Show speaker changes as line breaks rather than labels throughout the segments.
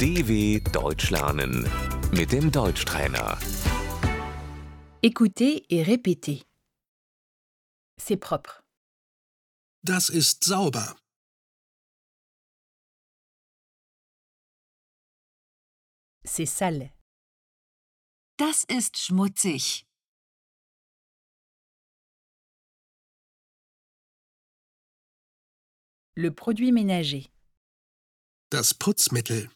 DW Deutsch lernen mit dem Deutschtrainer.
Écoutez et répétez. C'est propre.
Das ist sauber.
C'est sale.
Das ist schmutzig.
Le produit ménager.
Das Putzmittel.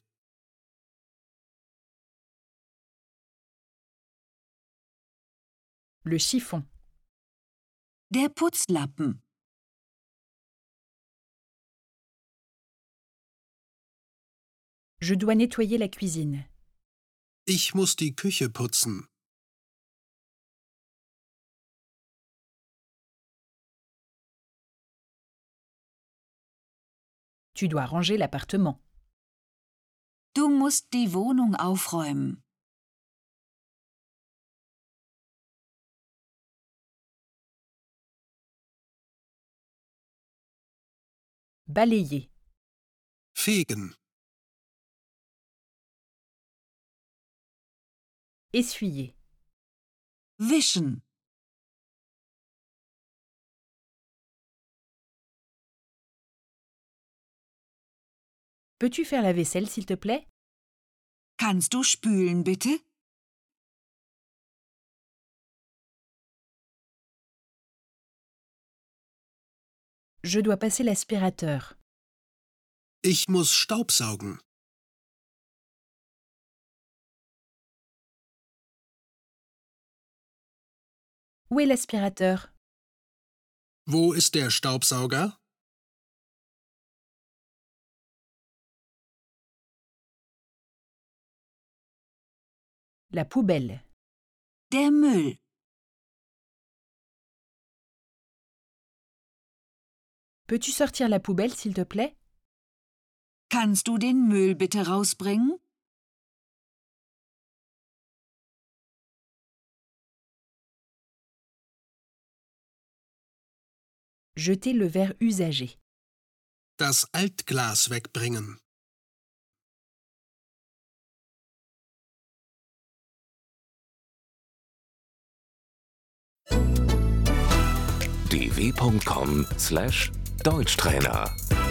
Le chiffon.
Der Putzlappen.
Je dois nettoyer la cuisine.
Ich muss die Küche putzen.
Tu dois ranger l'appartement.
Du musst die Wohnung aufräumen.
Balayer.
Fegen.
Essuyer.
Wischen.
Peux-tu faire la vaisselle, s'il te plaît
Kannst du spülen, bitte?
Je dois passer l'aspirateur.
Ich muss Staubsaugen.
Où est l'aspirateur
Wo ist der Staubsauger?
La poubelle.
Der Müll.
Peux-tu sortir la poubelle, s'il te plaît
Kannst du den Müll bitte rausbringen?
Jeter le verre usagé.
Das Altglas wegbringen.
dw.com/deutschtrainer